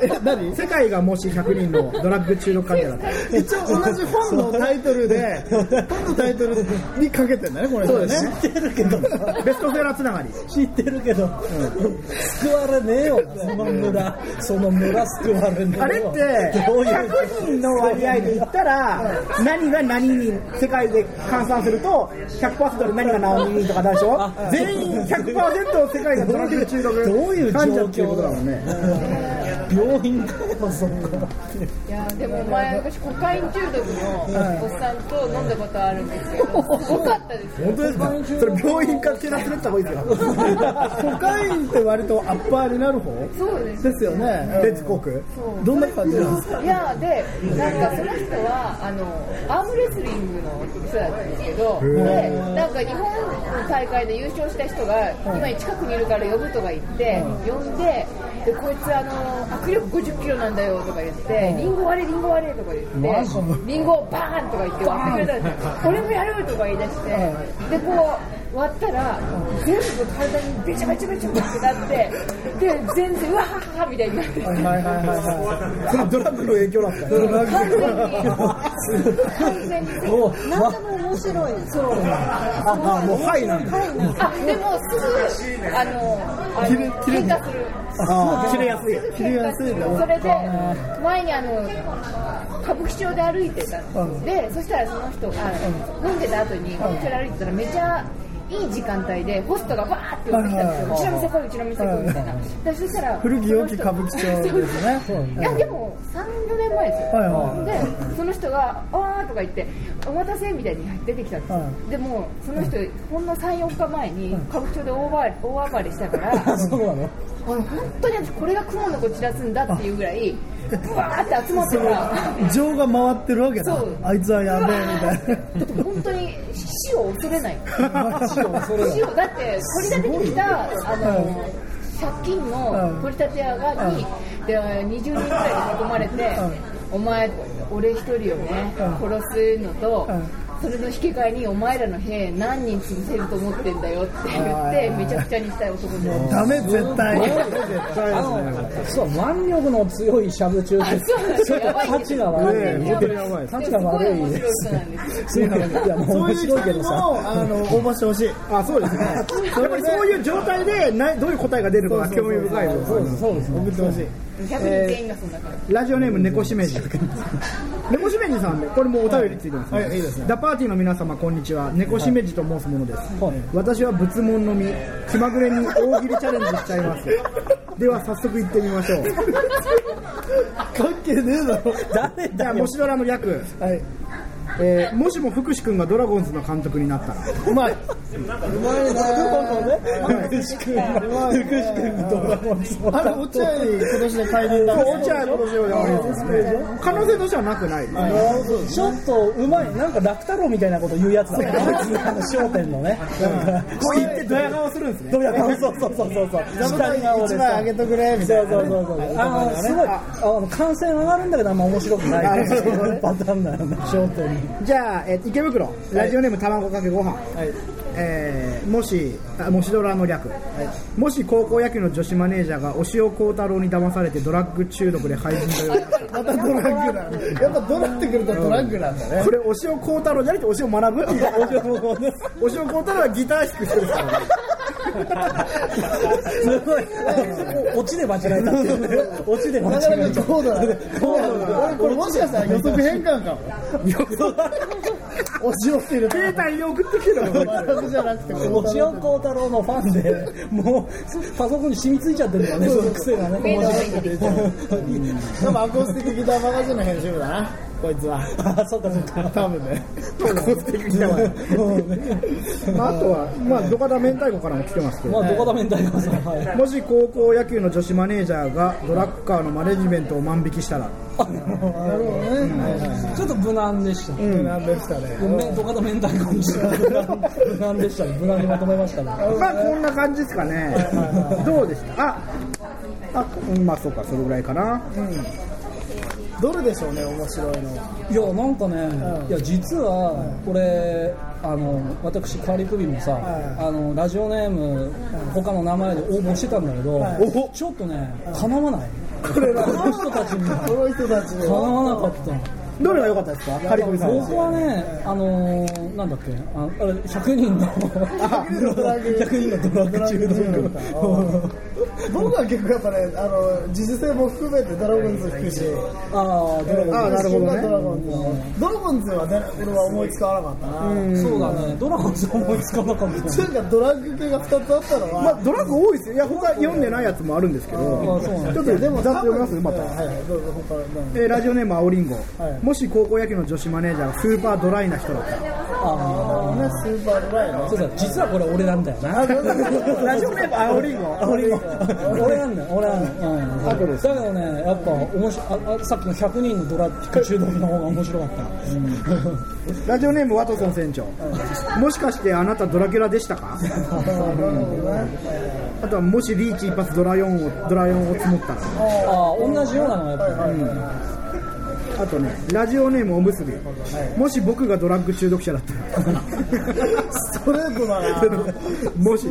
Speaker 1: え何
Speaker 2: 世界がもし100人のドラッグ中毒患者だったら
Speaker 1: 一応同じ本のタイトルで本のタイトルにかけてんだねこれそうですね
Speaker 5: 知ってるけど
Speaker 2: ベストセラーつな がり
Speaker 5: 知ってるけど、救われねえよその村その村救われねえよ
Speaker 2: あれって
Speaker 5: どういう
Speaker 2: 100人の割合で言ったら何が何人世界で換算すると100%で何が何人とかだでしょ全員100%世界がドラッグ中
Speaker 5: どういう
Speaker 2: 毒
Speaker 5: 状
Speaker 2: 患者
Speaker 5: 況
Speaker 2: っていうことだもんね
Speaker 5: 病院かよそこ
Speaker 7: いやでも前私コカイン中毒のおっさんと飲んだことある んですけどすごかったですよ
Speaker 2: 本当ですかそれ病院から手出すった方がいいですよ
Speaker 1: コカインって割とアッパーになる方
Speaker 7: そうです
Speaker 1: ですよね
Speaker 2: レッツコーク
Speaker 1: どんな感じなんですか
Speaker 7: いやでなんかその人はあのアームレスリングの人だったんですけどでなんか日本の大会で優勝した人が今近くにいるから呼ぶとか言って呼んででこいつあの握力50キロなんだよとか言ってリンゴ割れリンゴ割れとか言ってリンゴをバーンとか言って割ってくれたんですよ俺もやるとか言い出してでこう割ったら全部体にべちゃべちゃべちゃってなってで全然うわはははみたいになって。
Speaker 2: それドラッグの影響だったよ
Speaker 7: 完全に完全に
Speaker 5: もう
Speaker 3: 何でも面白いそう
Speaker 2: あもうはいなんだ
Speaker 3: はいなんか
Speaker 7: あでもすぐあのあの喧嘩する
Speaker 2: あ切れやすい
Speaker 7: すぐ喧嘩するそれで前にあの歌舞伎町で歩いてたんですでそしたらその人が飲んでた後に歌舞伎町で歩いてたらめちゃいい時間帯でホストがバーって寄ってきたんですようちの店来いうちの店来いみたいなでそしたら
Speaker 1: 古き良き歌舞伎町ですね
Speaker 7: いやでも34年前ですよ、
Speaker 1: はいは
Speaker 7: でその人が「あー」とか言って「お待たせ」みたいに出てきたんですよ、でもその人ほんの34日前に歌舞伎町で大暴れ大暴れしたからあ
Speaker 5: あ そうなの
Speaker 7: の本当に私これが雲の子散らすんだっていうぐらいブワーって集まってた
Speaker 1: 情が回ってるわけだ
Speaker 7: そう
Speaker 1: あいつはやべえみたいな
Speaker 7: ちょっと本当に死を恐れない
Speaker 5: 死を恐れない
Speaker 7: 死をだって取り立ててきたあの借金の取り立て屋がにで20人ぐらいで囲まれて「お前俺一人をね殺すのとそれの引き換えにお前らの兵何人潰せると思ってんだよって言ってめちゃくちゃにしたい男です
Speaker 1: ダメ絶対
Speaker 5: あのそう腕力の強いしゃぶ中ってちょっと価値が悪い、
Speaker 2: ねえ本当にやばい
Speaker 5: 価
Speaker 7: で
Speaker 5: 値
Speaker 7: も
Speaker 5: が
Speaker 7: すごい
Speaker 5: 悪い
Speaker 7: 面白い人なんです
Speaker 5: そういやもう
Speaker 1: そうい
Speaker 5: 面
Speaker 1: う
Speaker 5: 白い
Speaker 1: 人
Speaker 5: け
Speaker 1: に
Speaker 5: ど
Speaker 1: も
Speaker 5: さ
Speaker 1: あの応募してほしい
Speaker 2: あそうですねやっぱりそういう状態でないどういう答えが出るかが興味深いよ
Speaker 5: そうですね
Speaker 1: 送ってほしい
Speaker 7: 逆に全員がそんな感
Speaker 2: ラジオネーム猫しめじ猫しめじさんでこれもうお便りついてますね、
Speaker 1: はいはいいいですね
Speaker 2: ダパーティーの皆様こんにちは猫しめじと申すものです、私は仏門の実気まぐれに大喜利チャレンジしちゃ いますでは早速行ってみましょう
Speaker 1: 関係ねえだろ
Speaker 5: 誰
Speaker 2: じゃあもしドラの略、
Speaker 1: はい
Speaker 2: えーもしも福士君がドラゴンズの監督になったら
Speaker 1: うまいうあれ落合今年で解任だ
Speaker 2: 落合今年はですね可能性としてはなくない、
Speaker 5: ちょっとうまいなんか楽太郎みたいなこと言うやつだねあの商店のねなんか
Speaker 2: こう言ってドヤ顔するんですね
Speaker 5: どうやったそうそうそうそうそう下に顔で
Speaker 1: 一枚あげとくれみた
Speaker 5: そう
Speaker 1: い
Speaker 5: そ
Speaker 1: な
Speaker 5: うそうそうあのすごいあの感染上がるんだけどあんま面白くないっていうパターンだよね商店に
Speaker 2: じゃあ、えー池袋ラジオネーム卵かけご飯、えーもしあもしドラの略、もし高校野球の女子マネージャーが押尾幸太郎に騙されてドラッグ中毒で廃人だよ
Speaker 1: またドラッグだやっぱドラってくるとドラッグなんだね
Speaker 2: これ押尾幸太郎じゃなくて押尾 学ぶ押尾幸太郎はギター弾く人ですからね
Speaker 5: すごい落ちで間違えたっていう落ちで間
Speaker 1: なか
Speaker 5: 違
Speaker 1: な
Speaker 5: え
Speaker 1: か
Speaker 5: た
Speaker 1: 高度だね俺これもしかしたら予測変換かも押し寄せる
Speaker 2: データに送ってきて るの
Speaker 1: ドラッグじゃなくてこ
Speaker 5: 落尾幸太郎のファンでもうパソコンに染みついちゃってるんだよねその癖がね面白い
Speaker 1: う多分アコースティックギターマガジンの編集部だなこいつは
Speaker 5: あそうかそうか
Speaker 1: 多分ね
Speaker 5: もうね
Speaker 2: まあ、あとは、まあ、ドカダ明太子からも来てますけど
Speaker 5: まあどこだめんだよさんはい
Speaker 2: もし高校野球の女子マネージャーがドラッカーのマネジメントを万引きしたら
Speaker 5: ちょっと無難でした。
Speaker 1: 無難でしたね
Speaker 5: ごめん、どかと明太子にして無難でしたね。無難にまとめましたね。
Speaker 2: まあこんな感じですかね。どうでした？あ、あ、うんまあそうかそれぐらいかな。
Speaker 1: どれでしょうね面白いの
Speaker 5: いや、なんかね、いや、実は、これ、あの、私、カリクビもさ、あの、ラジオネーム、他の名前で応募してたんだけど、ちょっとね、叶わない。この人たちに
Speaker 1: この人たち
Speaker 5: 叶
Speaker 1: の
Speaker 5: わなかったの。
Speaker 2: どれが良かったですか？カリコミさん
Speaker 5: 僕はね、あのー、なんだっけ、ああれ、100人の、100人のドラッグ中毒。
Speaker 1: 僕は結構やっぱねあの自主性も含めてドラゴンズ吹くし
Speaker 5: ああ、ドラゴン
Speaker 2: なるほどね
Speaker 1: ドラゴンズドラゴンズはね俺は思いつかわなかったな
Speaker 5: そうだね、ドラゴンズ思いつかなかった。
Speaker 1: なんかドラッグ系が2つあったのは、
Speaker 2: まあドラッグ多いですよ。いや他読んでないやつもあるんですけど。
Speaker 5: そうなんだ
Speaker 2: ちょっとでもざっと読みますまた。
Speaker 1: はいはいどうぞ他の
Speaker 2: えーラジオネーム青リンゴ、
Speaker 1: はい
Speaker 2: もし高校野球の女子マネージャーがスーパードライな人だったら
Speaker 5: あ
Speaker 1: ねスーパードライ
Speaker 5: あ、
Speaker 1: の
Speaker 5: そうだ、実はこれ俺なんだよな。
Speaker 2: ラジオネーム青リンゴ
Speaker 5: 俺なんだよ、俺なんだよ。うん、だけどね、やっぱ面白ああ、さっきの100人のドラッグ中毒の方が面白かった。
Speaker 2: ラジオネームワトソン船長もしかしてあなたドラキュラでしたかあとはもしリーチ一発ドラ4をドラ4を積もったら
Speaker 5: ああ、同じようなのがやっぱり、
Speaker 2: あとね、ラジオネームおむすび、もし僕がドラッグ中毒者だったら、
Speaker 1: ストレートだな
Speaker 2: もし、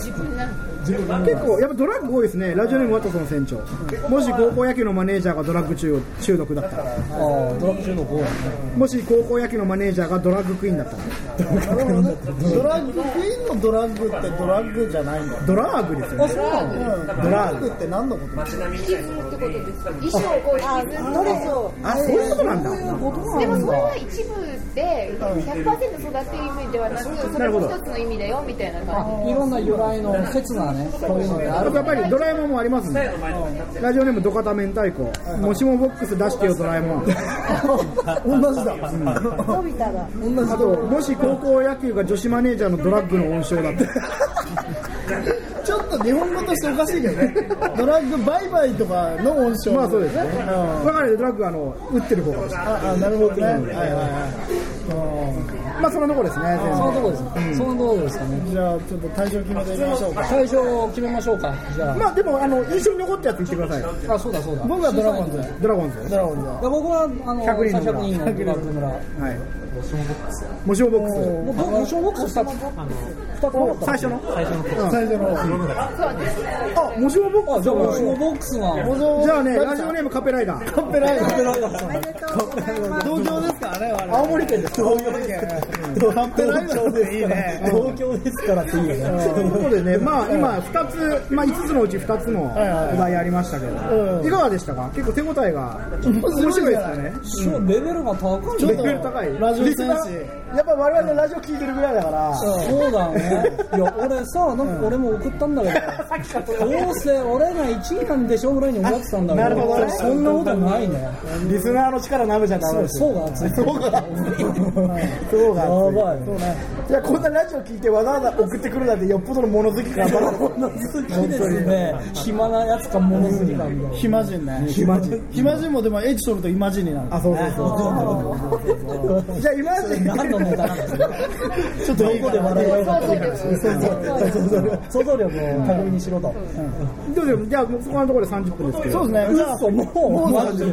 Speaker 7: じ自分なん
Speaker 2: 結構、やっぱドラッグ多いですね、ラジオネームワトソン船長、もし高校野球のマネージャーがドラッグ中中毒だったら、
Speaker 5: ああ、ドラッグ中毒多いね。
Speaker 2: もし高校野球のマネージャーがドラッグクイーンだったら、
Speaker 1: ドラッグクイーンのドラッグってドラッグじゃないんだ
Speaker 2: ドラーグですよね、
Speaker 1: ドラッグって何のこと
Speaker 7: 引きずるってことです衣装をこう引きずる
Speaker 3: どれぞ
Speaker 2: あ、そういうことなんだ、
Speaker 7: でもそれは一部で100%育ってる意味ではなくそれも一つの意味だよみたいな感
Speaker 5: いろんな由来の説がね、そういうのがあ
Speaker 2: あ
Speaker 5: る
Speaker 2: と。やっぱりドラえもんもありますね、ラジオネームドカタ明太子、もしもボックス出してよ、ドラえもん。
Speaker 1: 同じだ
Speaker 3: のび太が
Speaker 2: あともし高校野球が女子マネージャーのドラッグの温床だったら
Speaker 1: ちょっと日本語としておかしいけどね、ドラッグ売買とかの温床、
Speaker 2: まあそうですね
Speaker 1: ん
Speaker 2: だからねドラッグはあの打ってる方かもしれない
Speaker 1: ああ、なるほどね、はいはいはい
Speaker 2: まあそんなところですね全
Speaker 5: その
Speaker 2: 部
Speaker 5: ところですね。そのところですか
Speaker 1: う
Speaker 5: ね。
Speaker 1: ん、じゃあ、ちょっと対象決めていきましょうか、
Speaker 5: 最初を決めましょうか。じゃ
Speaker 2: まあでもあの印象に残ったやつ言ってくださいよ
Speaker 5: あ。あ、そうだそうだ。
Speaker 1: 僕はドラゴンズ、
Speaker 2: ドラゴンズ
Speaker 1: ドラゴンズは、
Speaker 5: いや僕はあの
Speaker 2: 100人の村
Speaker 5: 100人のドラッグ村。
Speaker 2: はいモシモボックス
Speaker 5: もうボションボックス2つ2つ
Speaker 2: 最初の
Speaker 6: 最初の頃
Speaker 1: 最初の方、
Speaker 2: あモシモボッ
Speaker 5: あ
Speaker 2: ク
Speaker 5: じゃあボ
Speaker 2: ス
Speaker 5: ションボックスが
Speaker 2: じゃあねラジオネームカペライダー
Speaker 1: カペライダー
Speaker 7: おめでとうございます。
Speaker 1: 東京ですからね、我々
Speaker 2: 青森県ですそういう
Speaker 1: カペライダーっていいね、
Speaker 5: 東京ですからっていうね
Speaker 2: ことでねまあ今二つまあ五つのうち二つのお題ありましたけ
Speaker 1: う
Speaker 2: ど
Speaker 1: ん
Speaker 2: いかがでしたか結構手応えが面白いですかね
Speaker 5: ショーレベルが高い
Speaker 1: ちょっ
Speaker 5: ね
Speaker 1: と
Speaker 2: レベル高い
Speaker 1: ラジオ戦士
Speaker 2: リスナーやっぱ我々のラジオ聞いてるぐらいだから
Speaker 5: そうだよねいや俺さなんか俺も送ったんだけどどうせ俺が1位なんでしょぐらいに思ってたんだけ
Speaker 2: なるほどね
Speaker 5: そんなことないね
Speaker 2: リスナーの力舐めちゃダメですよ
Speaker 5: そうが熱いそうが熱い
Speaker 2: そうが
Speaker 5: やばい
Speaker 2: いやこんなラジオ聞いてわざわざ送ってくるなんてよっぽどの物好きか
Speaker 5: 物好きですね暇なやつか物好きなんだよ
Speaker 1: 暇人ね、
Speaker 2: 暇人
Speaker 1: 暇人もでも、エッチ取ると暇人になる、
Speaker 2: あそうそうそうじゃあ今まで
Speaker 5: 何のネタなんですか
Speaker 1: ちょっといい
Speaker 5: ど
Speaker 1: か
Speaker 5: こで笑えばよかったのか
Speaker 8: そうそう
Speaker 5: 想像力を巧みにしろと。
Speaker 2: どうでもじゃあもうここのところで30分ですけど
Speaker 1: そうですね、じゃあ、
Speaker 5: そう、もう、もう
Speaker 1: そうですね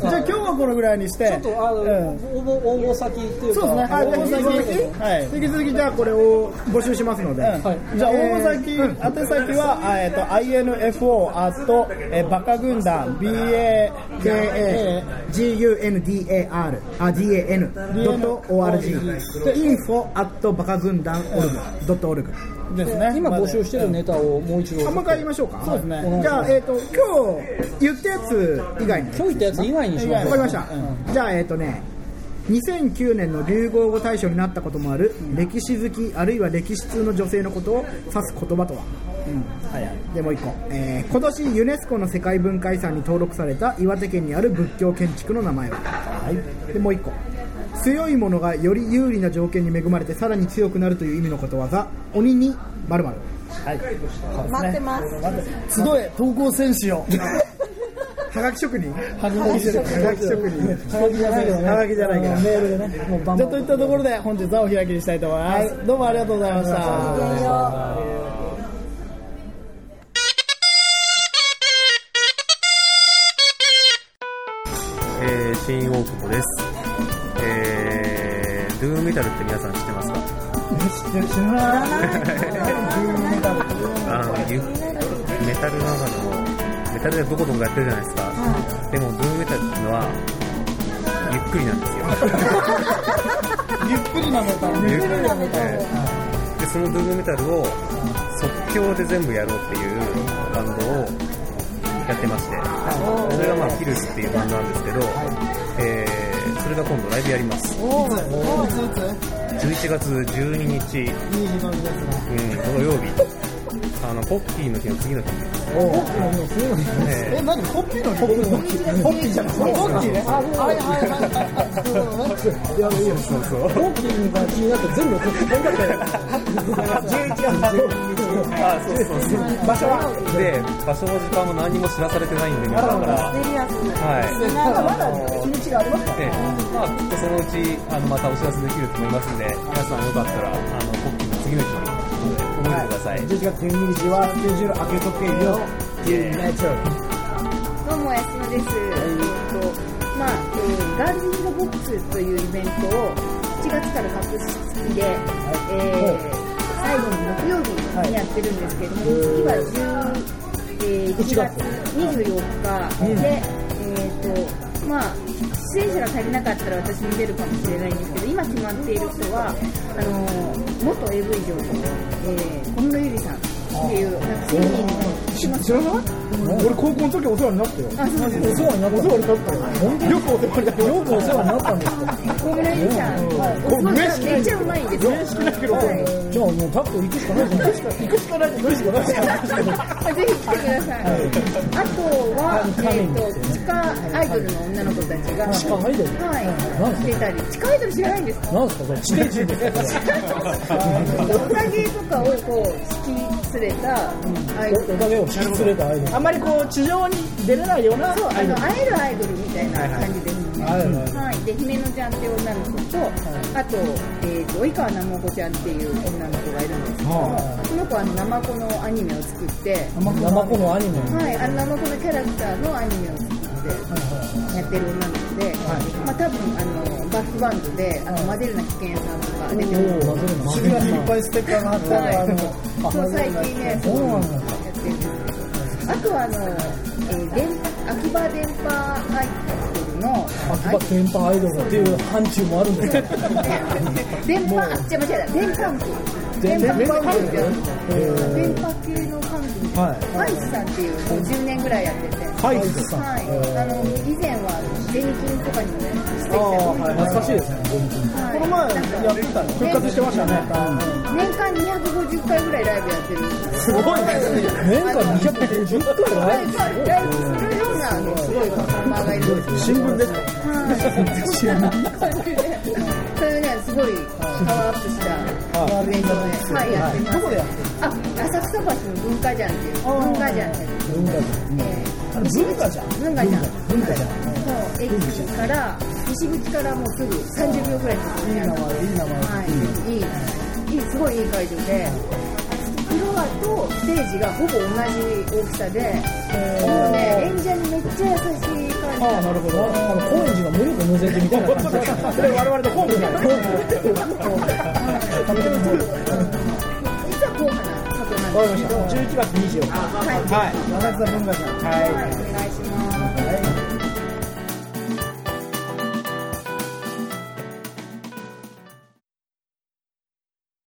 Speaker 1: じゃあ今日はこのぐらいにして、
Speaker 5: ちょっと、あの、
Speaker 1: うん
Speaker 5: 応募、応募先っていうか。
Speaker 1: そうですね。は
Speaker 5: 応
Speaker 1: い、
Speaker 5: 募先
Speaker 1: はい。
Speaker 2: 引き続きじゃあこれを募集しますので、
Speaker 1: はい、じゃあ応募先、宛先は、あえっと info アットえーバカ軍団 baka
Speaker 2: KAGUNDAR あ DAN.org info at バカ軍団 .org
Speaker 1: ですね。
Speaker 5: 今募集
Speaker 1: し
Speaker 5: してるネタをもう一度。
Speaker 2: あもう一回言いましょうか
Speaker 1: そうですね
Speaker 2: はいじゃあえっ、と今日言ったやつ以外に
Speaker 5: 今日言ったやつ以外にしま
Speaker 2: わ
Speaker 5: す
Speaker 2: かりました、じゃあえっ、とね2009年の流行語大賞になったこともある、歴史好きあるいは歴史通の女性のことを指す言葉とは、でもう一個、えー今年ユネスコの世界文化遺産に登録された岩手県にある仏教建築の名前は、でもう一個強い者がより有利な条件に恵まれてさらに強くなるという意味のことわざ鬼に〇〇
Speaker 7: 待ってま
Speaker 1: 集
Speaker 7: す。
Speaker 1: え投稿選手 を。
Speaker 2: はがき職人
Speaker 1: はが
Speaker 2: は
Speaker 1: き職人
Speaker 2: がき職人
Speaker 5: はがきじゃないけどね。
Speaker 2: はがきじゃないけど
Speaker 5: メールでね。もうバン
Speaker 1: じ
Speaker 5: バ
Speaker 1: ゃあ
Speaker 5: ン
Speaker 1: といったところで本日はお開きにしたいと思います。どうもありがとうございました。
Speaker 6: えー、新大久保です。えー、ドゥーンメタルって皆さん知ってますかあの、ゆメタルの中でも、メタルでどこどこやってるじゃないですか。でも、ドゥーンメタルってのは、ゆっくりなんですよ。ゆっくりなメタル。ゆっくりなメタル。で、そのドゥーンメタルを即興で全部やろうっていうバンドをやってまして、それがまあ、キルスっていうバンドなんですけど、えー、それが今度ライブやります。11月12日、うん、土曜日。あの、ポッキーの日の次の日。えー
Speaker 1: 何コッピーのコッピーコッピーじゃない。コッピーね。はいはい
Speaker 5: ロッキーが気になって全部送ってくれ
Speaker 6: あ、そうそう そう。場所はで、場所も時間も何も知らされてないんで、皆さんから。はい。
Speaker 7: まだまだ
Speaker 6: で、まあ、きっとそのうち、あの、またお知らせできると思いますんで、皆さんよかったら、あの、ポッキーの次の日に、覚えてください。
Speaker 2: 11月12日はスケジュール開けとけよ
Speaker 7: どうも、安野です。えっと、まあ、えーガールズ・イン・ザ・ボックスというイベントを7月から各式で、えー最後の木曜日にやってるんですけども、次は10えー1月24日で、えっと、まあ、出演者が足りなかったら私も出るかもしれないんですけど、今決まっている人は、あのー元 AV 女優の、えー小室ゆりさんっていう、なんか1000人の
Speaker 2: 知らない俺高校の時お世話になったよ
Speaker 7: あそうです
Speaker 5: お世話になった。
Speaker 2: 世話になったよよくお世話になったよ
Speaker 5: よくお世話になったんですよ。
Speaker 7: 小村ゆりさん、お
Speaker 2: ん
Speaker 7: めっちゃうまいんですよ。は
Speaker 5: じゃあもうタップ行くしかないじゃないですか。行くしかないじゃないですか。
Speaker 7: い、ぜひ来てください。あとは、えっ、と、地下アイドルの女の子たちが、
Speaker 5: 地下アイドル
Speaker 7: はい、来てたり、地下アイドル知らないんですか
Speaker 5: なんですかそれ地底人ですか。
Speaker 7: オタゲとかをこう、指揮するれたアイドル
Speaker 5: おかげを引き連れたアイドル
Speaker 2: あんまりこう地上に出れないような
Speaker 7: そうあ
Speaker 2: アイド
Speaker 7: の
Speaker 2: ル
Speaker 7: 会えるアイドルみたいな感じですね、
Speaker 2: はいはいはい
Speaker 7: はい、で姫野ちゃんっていう女の子と、あと,、えー、と及川なもこちゃんっていう女の子がいるんですけど、その子はあのナマコのアニメを作って、
Speaker 5: ナマコのアニメ
Speaker 7: はい、あのナマコのキャラクターのアニメを作ってやってる女の子で、まあ、多分あのバックバンドであのマデルナ危険さんとか出てる
Speaker 5: 混ぜるの
Speaker 1: 渋谷にいっぱいステッカーが貼ってあるあの
Speaker 7: そう最近ねそうやってるんですけどあとはあの、えー、電秋葉電波アイドル の
Speaker 5: 秋葉電波アイドルっていう範疇もあるんですよ
Speaker 7: 電波あ違う違う電波部電波部電波系の関部ファイスさんっていう50年ぐらいやってて
Speaker 2: ファイスさん
Speaker 7: はいあの以前はゼニキンとかにもね出てきた
Speaker 5: 懐かしいですね
Speaker 1: この前やってたの
Speaker 7: 復活してました
Speaker 1: ね
Speaker 7: 年間250回ぐらいライブやってるすごいですね
Speaker 5: 年間250回
Speaker 7: ラ
Speaker 5: は
Speaker 7: イブするようなあのすごいパフォーマーがいるんですよ
Speaker 2: 新聞ですか
Speaker 7: はい。そういうね、すごいパワーアップしたイベントで、はい、やってます。どこであ、浅草橋の文化じゃんっていう。文化じゃんっていう。文化じゃん。文化じゃん。文化じゃん。そう、駅から、西口からもうすぐ30秒ぐらいのところにある。いい名前、いい名前。はい、いい、いい、すごいいい会場で。フロアとステージがほぼ同じ大きさで、もうね、演者にめっちゃ優しい感じ。
Speaker 5: ああなるほどあの高円寺の無力無責みたいな感じで
Speaker 2: それ我々の本部だよ
Speaker 7: 実は高価な箱なんですけど。
Speaker 2: 11月24日
Speaker 7: はい。
Speaker 2: はい中津田文化さんはい
Speaker 7: はい、お願いします。